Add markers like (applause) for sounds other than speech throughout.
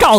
告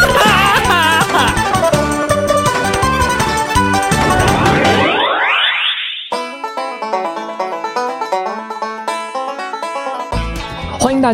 欢迎大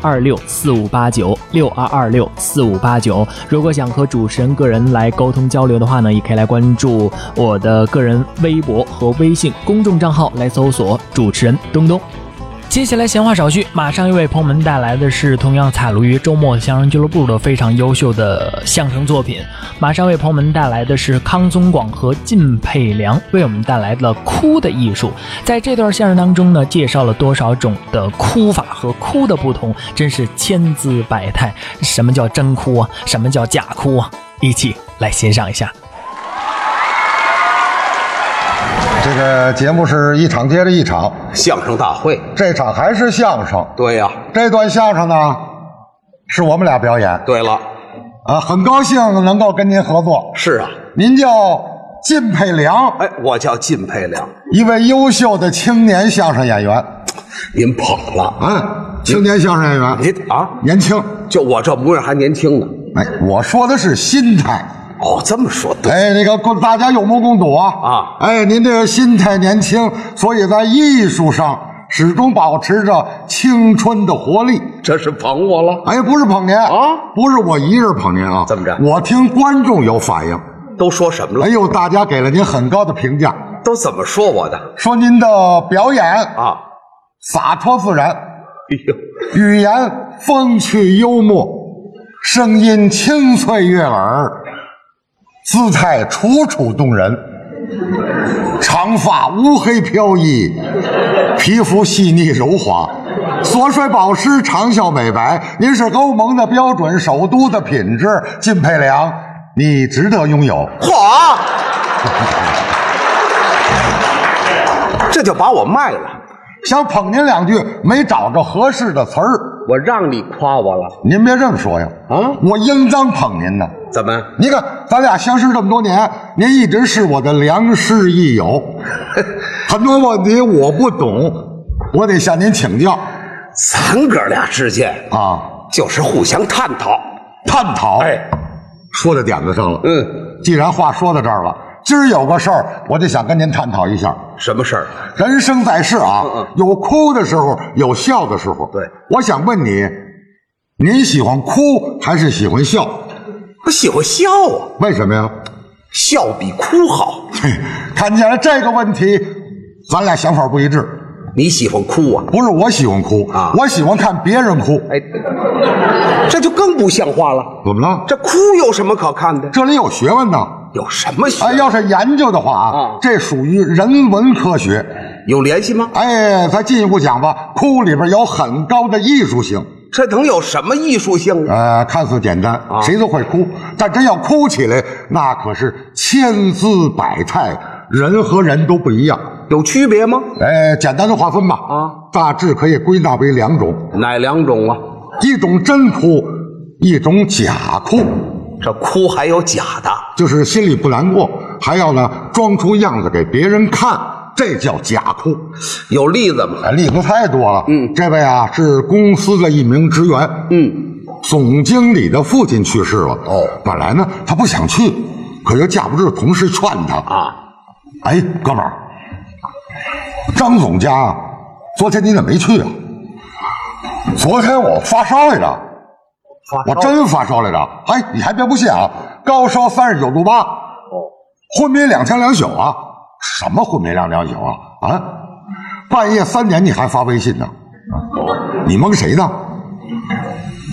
二六四五八九六二二六四五八九。如果想和主持人个人来沟通交流的话呢，也可以来关注我的个人微博和微信公众账号，来搜索主持人东东。接下来闲话少叙，马上又为朋友们带来的是同样采录于周末相声俱乐部的非常优秀的相声作品。马上为朋友们带来的是康宗广和靳佩良为我们带来了哭的艺术。在这段相声当中呢，介绍了多少种的哭法和哭的不同，真是千姿百态。什么叫真哭啊？什么叫假哭啊？一起来欣赏一下。这个节目是一场接着一场，相声大会，这场还是相声。对呀、这段相声呢，是我们俩表演对了，啊，很高兴能够跟您合作。是啊，您叫靳佩良，哎，我叫靳佩良，一位优秀的青年相声演员。您捧了，嗯，青年相声演员，您啊，年轻。就我这模样还年轻呢。哎，我说的是心态。哦，这么说对，哎，那个共大家有目共睹啊！啊哎，您这个心态年轻，所以在艺术上始终保持着青春的活力。这是捧我了，哎，不是捧您啊不是我一人捧您啊，怎么着我听观众有反应，都说什么了？哎呦，大家给了您很高的评价，都怎么说我的说您的表演啊？洒脱自然，哎呦，语言风趣幽默，声音清脆悦耳，姿态楚楚动人，长发乌黑飘逸，皮肤细腻柔滑。锁水保湿，长效美白，您是欧盟的标准，首都的品质。靳佩良，你值得拥有。嚯！啊 (laughs) 这就把我卖了，想捧您两句，没找着合适的词儿，我让你夸我了您别这么说呀！啊？我应当捧您呢。怎么？您看，咱俩相识这么多年，您一直是我的良师益 (laughs) 友，很多问题我不懂，我得向您请教咱哥俩之间啊，就是互相探讨。探讨。哎，说到点子上了。，嗯，既然话说到这儿了，今儿有个事儿，我就想跟您探讨一下。什么事儿？人生在世啊，嗯嗯有哭的时候，有笑的时候。对，我想问你，您喜欢哭还是喜欢笑？我喜欢笑啊。为什么呀？ (laughs) 笑比哭好。嘿，看起来这个问题，咱俩想法不一致。你喜欢哭啊？不是我喜欢哭啊我喜欢看别人哭。哎，这就更不像话了。怎么了？这哭有什么可看的？这里有学问呢。有什么学？哎，要是研究的话啊啊，这属于人文科学。有联系吗？哎，咱进一步讲吧，哭里边有很高的艺术性。这能有什么艺术性啊？呃，看似简单，谁都会哭，但真要哭起来，那可是千姿百态，人和人都不一样。有区别吗？哎，简单的划分吧，啊，大致可以归纳为两种：哪两种啊？一种真哭，一种假哭。这哭还有假的，就是心里不难过，还要呢装出样子给别人看，这叫假哭。有例子吗？哎，例子太多了。嗯这位啊是公司的一名职员，嗯，总经理的父亲去世了。哦本来呢他不想去，可又架不住同事劝他。啊，哎，哥们儿，张总家啊昨天你怎么没去啊？昨天我发烧来着，发烧我真发烧来着。哎，你还别不信啊，高烧三十九度八，哦，昏迷两天两宿啊。什么昏迷两天两宿啊？啊，半夜三点你还发微信呢？你蒙谁呢？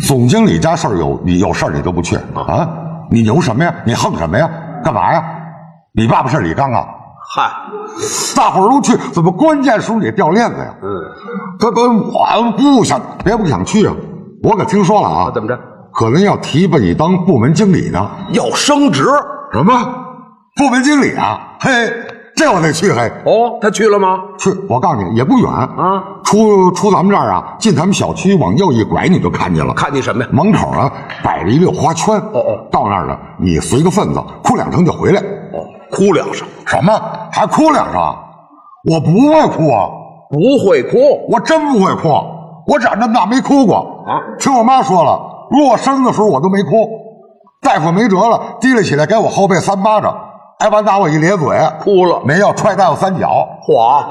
总经理家事儿有你有事儿你都不去啊？你牛什么呀？你横什么呀？干嘛呀？你爸爸是李刚啊？嗨，大伙儿都去，怎么关键时候你掉链子呀？嗯，他他我不想，别不想去啊！我可听说了啊，怎么着？可能要提拔你当部门经理呢？要升职什么？部门经理啊？嘿，这我得去嘿。哦？他去了吗？去，我告诉你，也不远啊，出出咱们这儿啊，进咱们小区往右一拐，你就看见了。看你什么呀？门口啊摆着一溜花圈，哦哦，到那儿了，你随个份子，哭两声就回来。哦，哭两声，什么？还哭两声？啊我不会哭啊！不会哭我真不会哭，我长这么大没哭过啊听我妈说了，落生的时候我都没哭，大夫没辙了，提了起来给我后背三巴掌，挨完打我一咧嘴，哭了没要踹大夫三脚，嚯，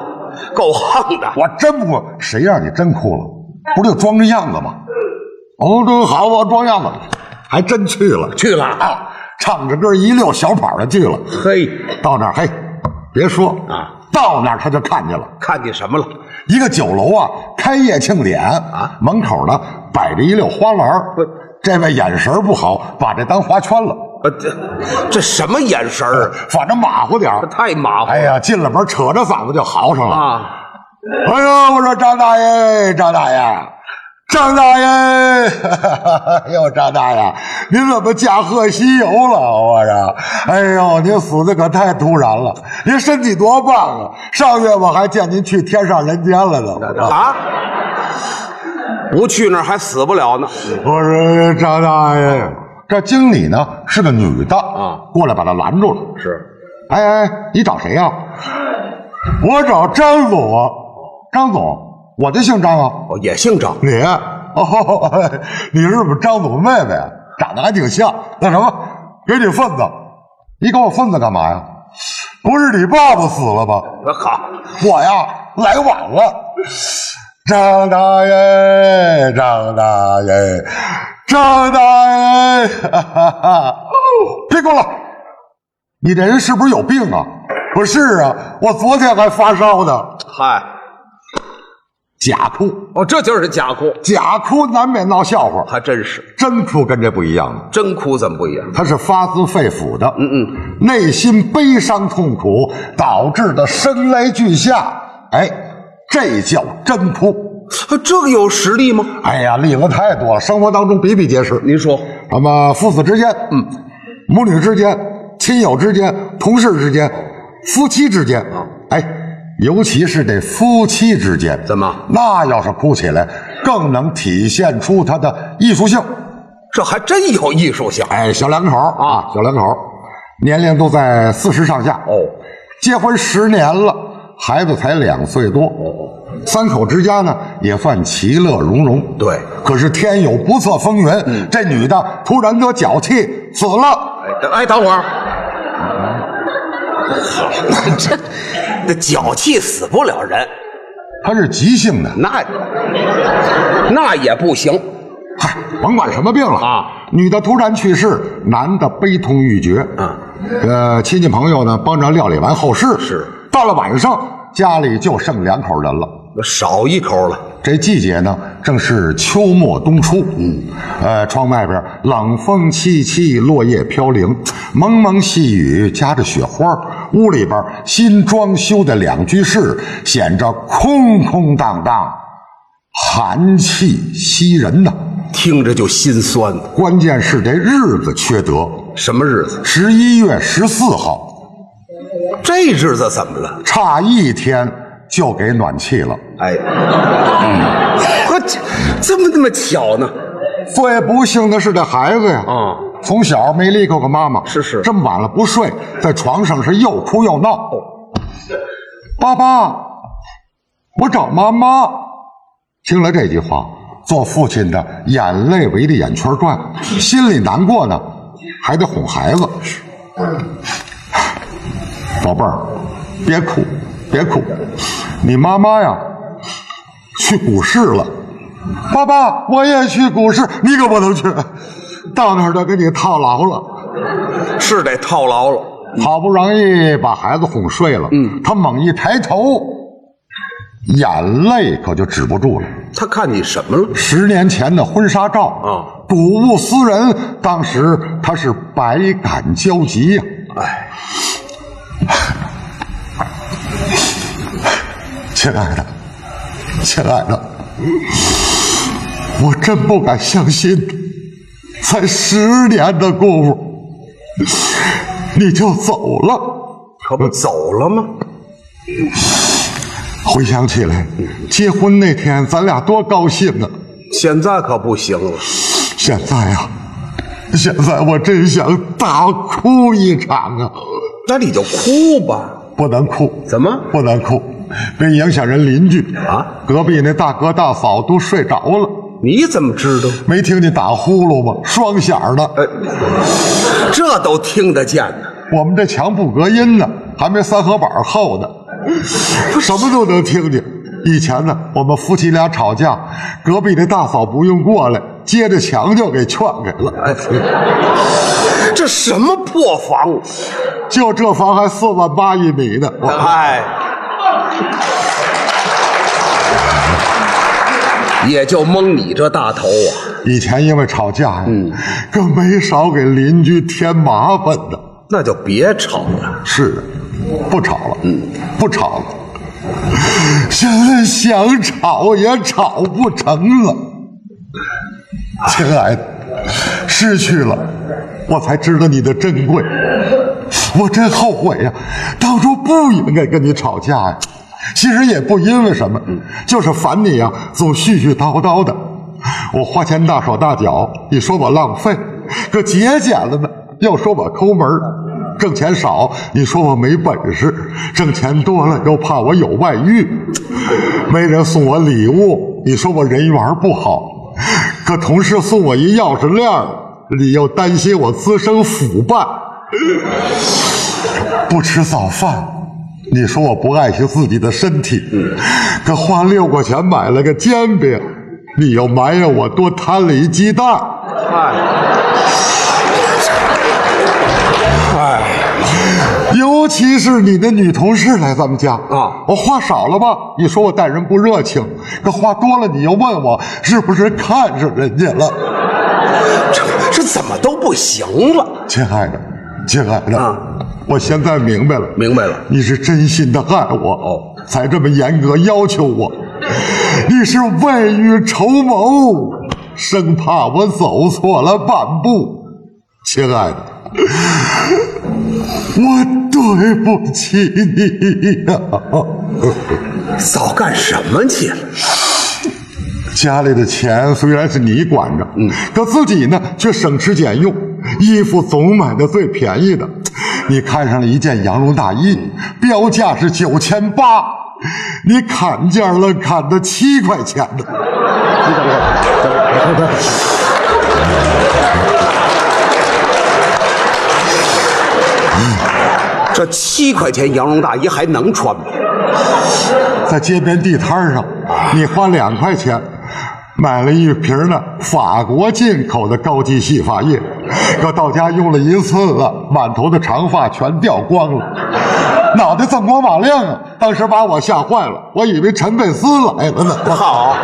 够横的！我真不，谁让你真哭了？不就装着样子吗？哦，这好，我装样子，还真去了，去了啊，唱着歌一溜小跑的去了，嘿，到那儿嘿，别说啊，到那儿他就看见了。看见什么了？一个酒楼啊，开业庆典啊，门口呢摆着一溜花篮儿不这位眼神不好，把这当花圈了，呃，这这什么眼神儿啊？反正马虎点儿这。太马虎哎呀，进了门扯着嗓子就嚎上了。啊！哎呦，我说张大爷，张大爷，张大爷，哎呦，张大爷， (laughs) 您怎么驾鹤西游了？我说，哎呦，您死的可太突然了，您身体多棒啊！上月我还见您去天上人间了呢。啊，不去那儿还死不了呢。我说张大爷，这经理呢是个女的啊，过来把他拦住了。是哎哎，你找谁呀、我找张总啊，张总，我就姓张啊。哦，也姓张，你啊哦，你是不是张总妹妹啊？长得还挺像。那什么，给你份子，你给我份子干嘛呀？不是你爸爸死了吗？那好，我呀来晚了。张大爷，张大爷，张大爷，哈哈哈！别过来！你这人是不是有病啊？不是啊，我昨天还发烧呢。嗨，假哭，哦，这就是假哭，假哭难免闹笑话，还真是。真哭跟这不一样了，真哭怎么不一样？啊他是发自肺腑的，嗯嗯，内心悲伤痛苦导致的声泪俱下，哎，这叫真哭。啊这个有实力吗？哎呀，例子太多了，生活当中比比皆是。您说，那么父子之间，嗯，母女之间，亲友之间，同事之间，夫妻之间，哎，尤其是这夫妻之间，怎么那要是哭起来，更能体现出它的艺术性。这还真有艺术性。哎，小两口儿啊，小两口儿，年龄都在四十上下哦，结婚十年了，孩子才两岁多三口之家呢也算其乐融融。对可是天有不测风云，这女的突然得脚气死了。哎，等哎，等会儿。这那脚气死不了人，她是急性的，那那也不行。嗨，甭管什么病了啊，哎女的突然去世，男的悲痛欲绝。嗯，呃，亲戚朋友呢帮着料理完后事，是到了晚上，家里就剩两口人了。少一口了，这季节呢，正是秋末冬初。嗯，呃，窗外边冷风凄凄，落叶飘零，蒙蒙细雨夹着雪花。屋里边新装修的两居室显着空空荡荡，寒气袭人呐。听着就心酸。关键是这日子缺德，什么日子？十一月十四号，这日子怎么了？差一天就给暖气了。哎，嗯我这这么那么巧呢？最不幸的是这孩子呀，啊从小没离开过妈妈，是是这么晚了不睡，在床上是又哭又闹。爸爸，我找妈妈。听了这句话，做父亲的眼泪围着眼圈转，心里难过呢，还得哄孩子。宝贝儿，别哭，别哭，你妈妈呀，去股市了。爸爸，我也去股市，你可不能去，到那儿就给你套牢了。是得套牢了。好不容易把孩子哄睡了，嗯，他猛一抬头，眼泪可就止不住了。他看你什么了？十年前的婚纱照啊啊睹物思人，当时他是百感交集呀、哎，亲爱的，亲爱的，我真不敢相信，才十年的功夫，你就走了。可不走了吗？回想起来，结婚那天咱俩多高兴啊！现在可不行了。现在呀、现在我真想大哭一场啊！那你就哭吧。不能哭，怎么？不能哭，别影响人邻居啊！隔壁那大哥大嫂都睡着了，你怎么知道？哎没听见打呼噜吗？双响儿的。这都听得见呢。我们这墙不隔音呢，还没三合板厚呢，什么都能听见。以前呢，我们夫妻俩吵架，隔壁那大嫂不用过来，接着墙就给劝开了。哎这什么破房？就这房还四万八一米呢，我哎，也就蒙你这大头啊，以前因为吵架呀，更没少给邻居添麻烦的。那就别吵了。是，不吵了，嗯，不吵了。现在想吵也吵不成了，亲爱的，失去了，我才知道你的珍贵。我真后悔呀、当初不应该跟你吵架呀、其实也不因为什么，就是烦你呀、总絮絮叨叨的。我花钱大手大脚，你说我浪费；可节俭了呢，又说我抠门儿挣钱少，你说我没本事；挣钱多了，又怕我有外遇；没人送我礼物，你说我人缘不好；可同事送我一钥匙链儿，你又担心我滋生腐败；不吃早饭，你说我不爱惜自己的身体；嗯可花六块钱买了个煎饼，你又埋怨我多贪了一鸡蛋。哎，尤其是你的女同事来咱们家啊我话少了吧？你说我待人不热情，可话多了你又问我是不是看上人家了？ (laughs) 这这怎么都不行了？亲爱的，亲爱的，啊我现在明白了，明白了，你是真心的爱我哦，才这么严格要求我。你是未雨绸缪，生怕我走错了半步。亲爱的，我对不起你呀、早干什么去了？家里的钱虽然是你管着，嗯，可自己呢却省吃俭用，衣服总买的最便宜的。你看上了一件羊绒大衣，标价是九千八，你砍价了，砍到七块钱的。这七块钱羊绒大衣还能穿吗？在街边地摊上，你花两块钱买了一瓶呢法国进口的高级洗发液，可到家用了一次了，满头的长发全掉光了，脑袋锃光瓦亮啊！当时把我吓坏了，我以为陈佩斯来了呢。好，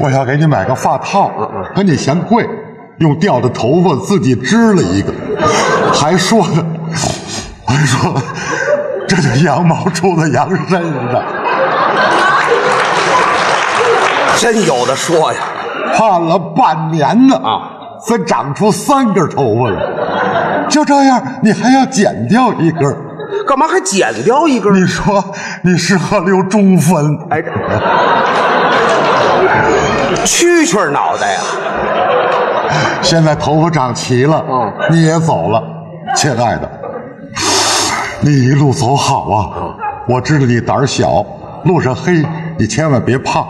我要给你买个发套，可你嫌贵，用掉的头发自己织了一个，还说呢，还说这叫羊毛出在羊身上。真有的说呀。盼了半年呢啊，才长出三根头发来。就这样，你还要剪掉一根儿。干嘛还剪掉一根儿？你说你适合留中分，哎，蛐蛐脑袋呀、现在头发长齐了，你也走了，亲爱的，你一路走好啊！我知道你胆儿小，路上黑，你千万别怕。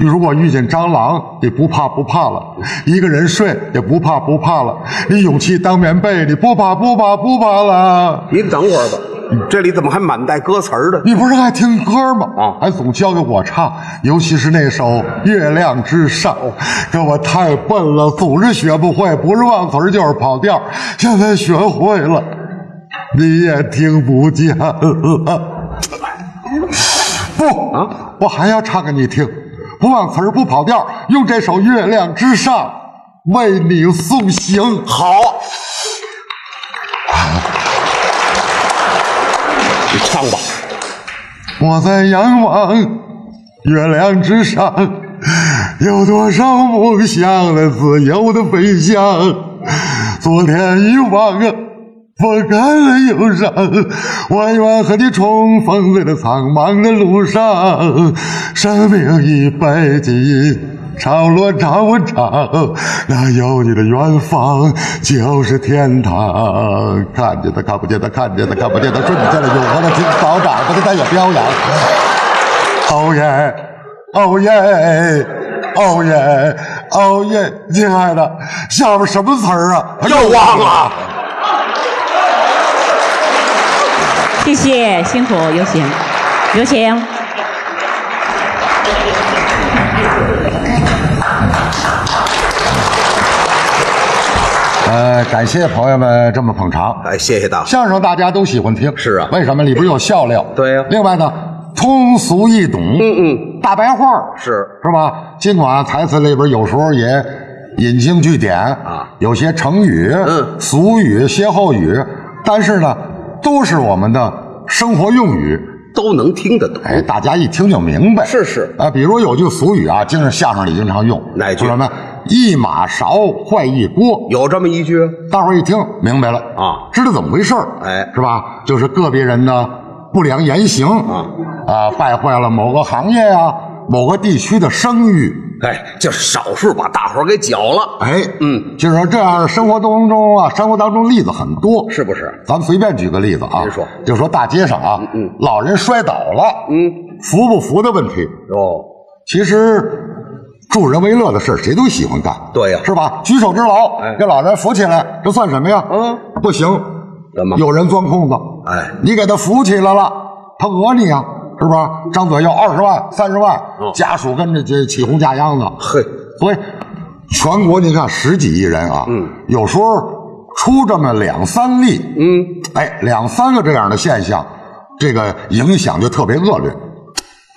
如果遇见蟑螂，你不怕不怕了；一个人睡也不怕不怕了。你勇气当棉被，你不怕不怕不怕了。你等会儿吧，嗯这里怎么还满带歌词儿的？你不是爱听歌吗？啊还总教给我唱，尤其是那首《月亮之上》，这我太笨了，总是学不会，不是忘词儿就是跑调。现在学会了，你也听不见了。不啊，我还要唱给你听，不忘词儿，不跑调，用这首《月亮之上》为你送行。好，你唱吧。我在仰望月亮之上，有多少梦想在自由的飞翔？昨天遗忘啊，不甘的忧伤，我愿和你重逢在这苍茫的路上。生命已被记潮落潮不长，那有你的远方就是天堂。看见的看不见的，看见的看不见的，瞬间的永恒的，请早长，不给咱也表扬。哦耶，哦耶，哦耶，哦耶！亲爱的，下边什么词儿啊？又忘了。谢谢，辛苦有请，有请。呃，感谢朋友们这么捧场。哎，谢谢大伙。相声大家都喜欢听，是啊为什么？里边有笑料。对呀另外呢，通俗易懂，嗯嗯，大白话儿是是吧？尽管台词里边有时候也引经据典啊，有些成语、嗯俗语、歇后语，但是呢，都是我们的生活用语。都能听得懂。哎，大家一听就明白。是是啊，比如有句俗语啊，经常相声里经常用，哪句说什么“一马勺坏一锅”，有这么一句，大伙儿一听明白了啊知道怎么回事儿，哎是吧？就是个别人的不良言行啊啊，败坏了某个行业啊、某个地区的声誉。哎，就是少数把大伙儿给搅了，哎，嗯，就是说这样的生活当中啊，生活当中例子很多，是不是？咱们随便举个例子啊，您说就说大街上啊，嗯嗯老人摔倒了，嗯，扶不扶的问题，哦，其实助人为乐的事儿谁都喜欢干，对呀是吧？举手之劳，哎给老人扶起来，这算什么呀？嗯，不行，怎么有人钻空子，哎你给他扶起来了，他讹你啊，是吧？张嘴要二十万、三十万，嗯家属跟着这起哄架秧的，嘿，所以全国你看十几亿人啊，嗯，有时候出这么两三例，嗯，哎，两三个这样的现象，这个影响就特别恶劣，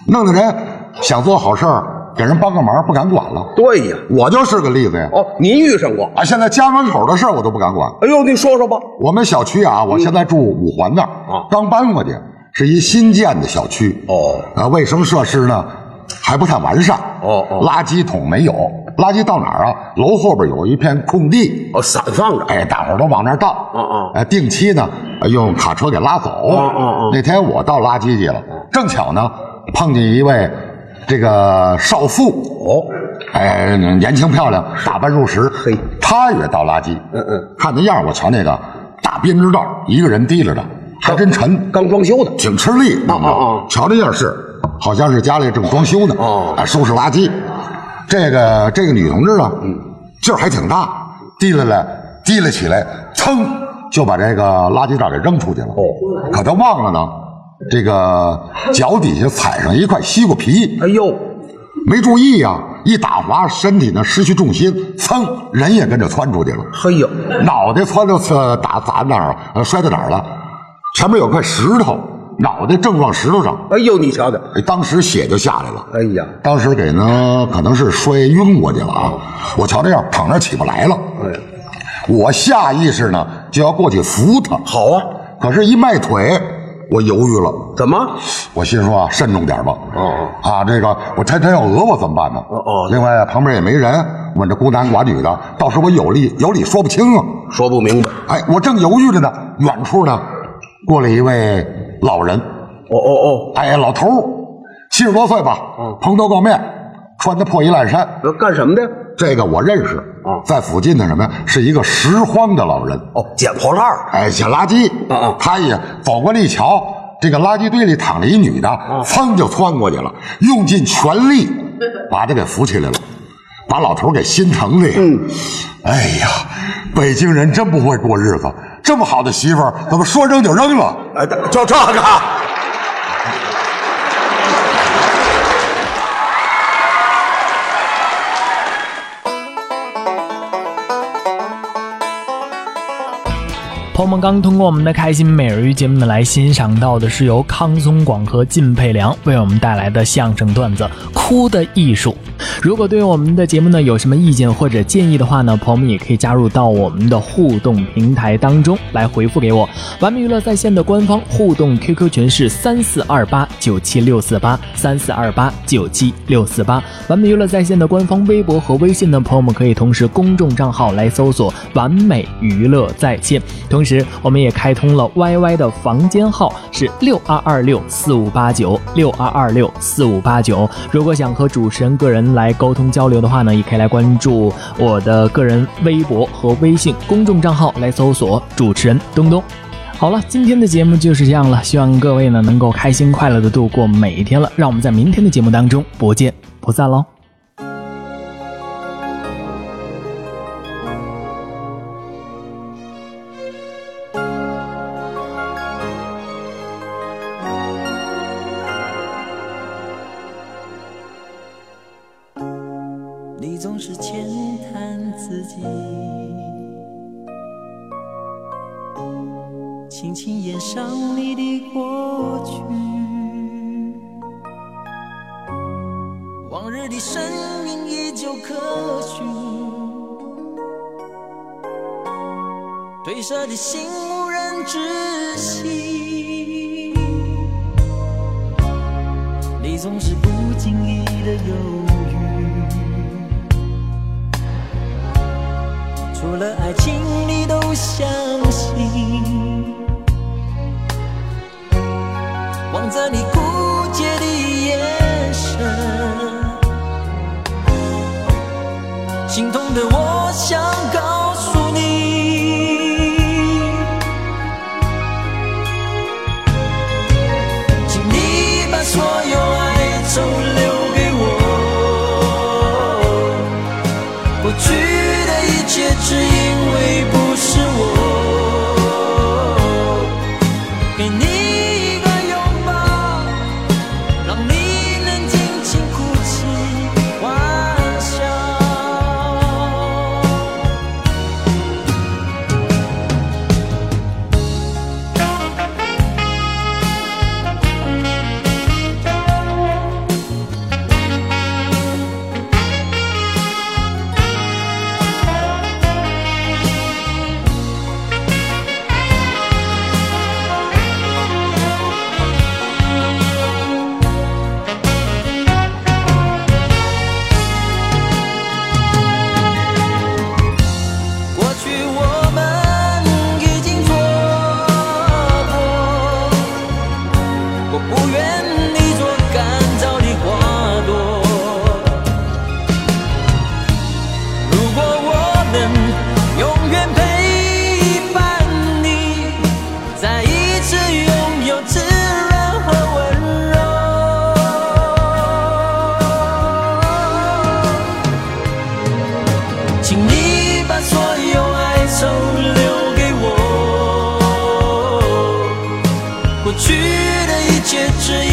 弄得人想做好事儿，给人帮个忙不敢管了。对呀。我就是个例子呀，哦，您遇上过？啊，现在家门口的事儿我都不敢管。哎呦，你说说吧。我们小区啊，我现在住五环那儿啊刚搬过去，是一新建的小区。哦，啊，卫生设施呢还不太完善。哦哦垃圾桶没有，垃圾到哪儿啊？楼后边有一片空地，哦，散放着。哎，大伙儿都往那儿倒。嗯嗯哎，定期呢呃用卡车给拉走。嗯嗯嗯那天我倒垃圾去了，正巧呢碰见一位这个少妇。哦。哎，年轻漂亮，打扮入时。嘿她也倒垃圾。嗯嗯，看那样儿，我瞧那个大编织袋儿，一个人提溜着，还真沉。刚装修的。挺吃力。你知道吗啊啊啊瞧这样式，好像是家里正装修呢，哦啊，收拾垃圾。这个这个女同志啊，嗯，劲儿还挺大，提了来，提了起来，噌就把这个垃圾袋给扔出去了。哦，可她忘了呢，这个脚底下踩上一块西瓜皮，哎呦，没注意呀、一打滑，身体呢失去重心，噌，人也跟着窜出去了。嘿呦，脑袋窜到呃打砸哪儿了？呃摔到哪儿了？前面有块石头，脑袋正撞石头上，哎呦，你瞧瞧，哎当时血就下来了。哎呀，当时给呢，可能是摔晕过去了啊！我瞧这样躺那儿起不来了，哎，我下意识呢就要过去扶他，好啊，可是，一迈腿，我犹豫了。怎么？我心说啊，慎重点吧。哦啊，这个我他他要讹我怎么办呢？哦哦另外啊旁边也没人，我这孤男寡女的，到时候我有理有理说不清啊。说不明白。哎，我正犹豫着呢，远处呢过来一位老人，哦哦哎，老头儿，七十多岁吧，蓬头垢面，穿的破衣烂衫。哦，干什么的？这个我认识嗯，在附近的什么呀，是一个拾荒的老人，哦，捡破烂儿。哎，捡垃圾。嗯嗯他也走过来一瞧，这个垃圾堆里躺着一女的，噌就窜过去了，用尽全力把他给扶起来了，把老头给心疼的呀。哎呀，北京人真不会过日子，这么好的媳妇儿怎么说扔就扔了？哎，就这个，朋友们刚通过我们的开心美人鱼节目呢，来欣赏到的是由康松广和靳佩良为我们带来的相声段子《哭的艺术》。如果对我们的节目呢有什么意见或者建议的话呢，朋友们也可以加入到我们的互动平台当中来回复给我。完美娱乐在线的官方互动 QQ 群是三四二八九七六四八三四二八九七六四八。完美娱乐在线的官方微博和微信呢，朋友们可以同时公众账号来搜索“完美娱乐在线”。同时，我们也开通了 YY 的房间号是六二二六四五八九六二二六四五八九。如果想和主持人个人来沟通交流的话呢，也可以来关注我的个人微博和微信公众账号，来搜索主持人东东。好了，今天的节目就是这样了，希望各位呢能够开心快乐的度过每一天了。让我们在明天的节目当中不见不散喽。你总是浅谈自己，轻轻掩上你的过去，往日的身影依旧可寻，褪色的心无人知悉，你总是不经意的犹豫。除了爱情，你都相信。望着你枯竭的眼神，心痛的我想告诉你，请你把所有爱都留给我。过去的一切只因为不是我。给你一个拥抱，让你能尽情哭泣欢笑。过去我们已经错过，我不愿你做干燥的花朵。如果我能永远陪伴你，再一次拥有自然和温柔。请你把所有爱都留给我，过去的一切只因。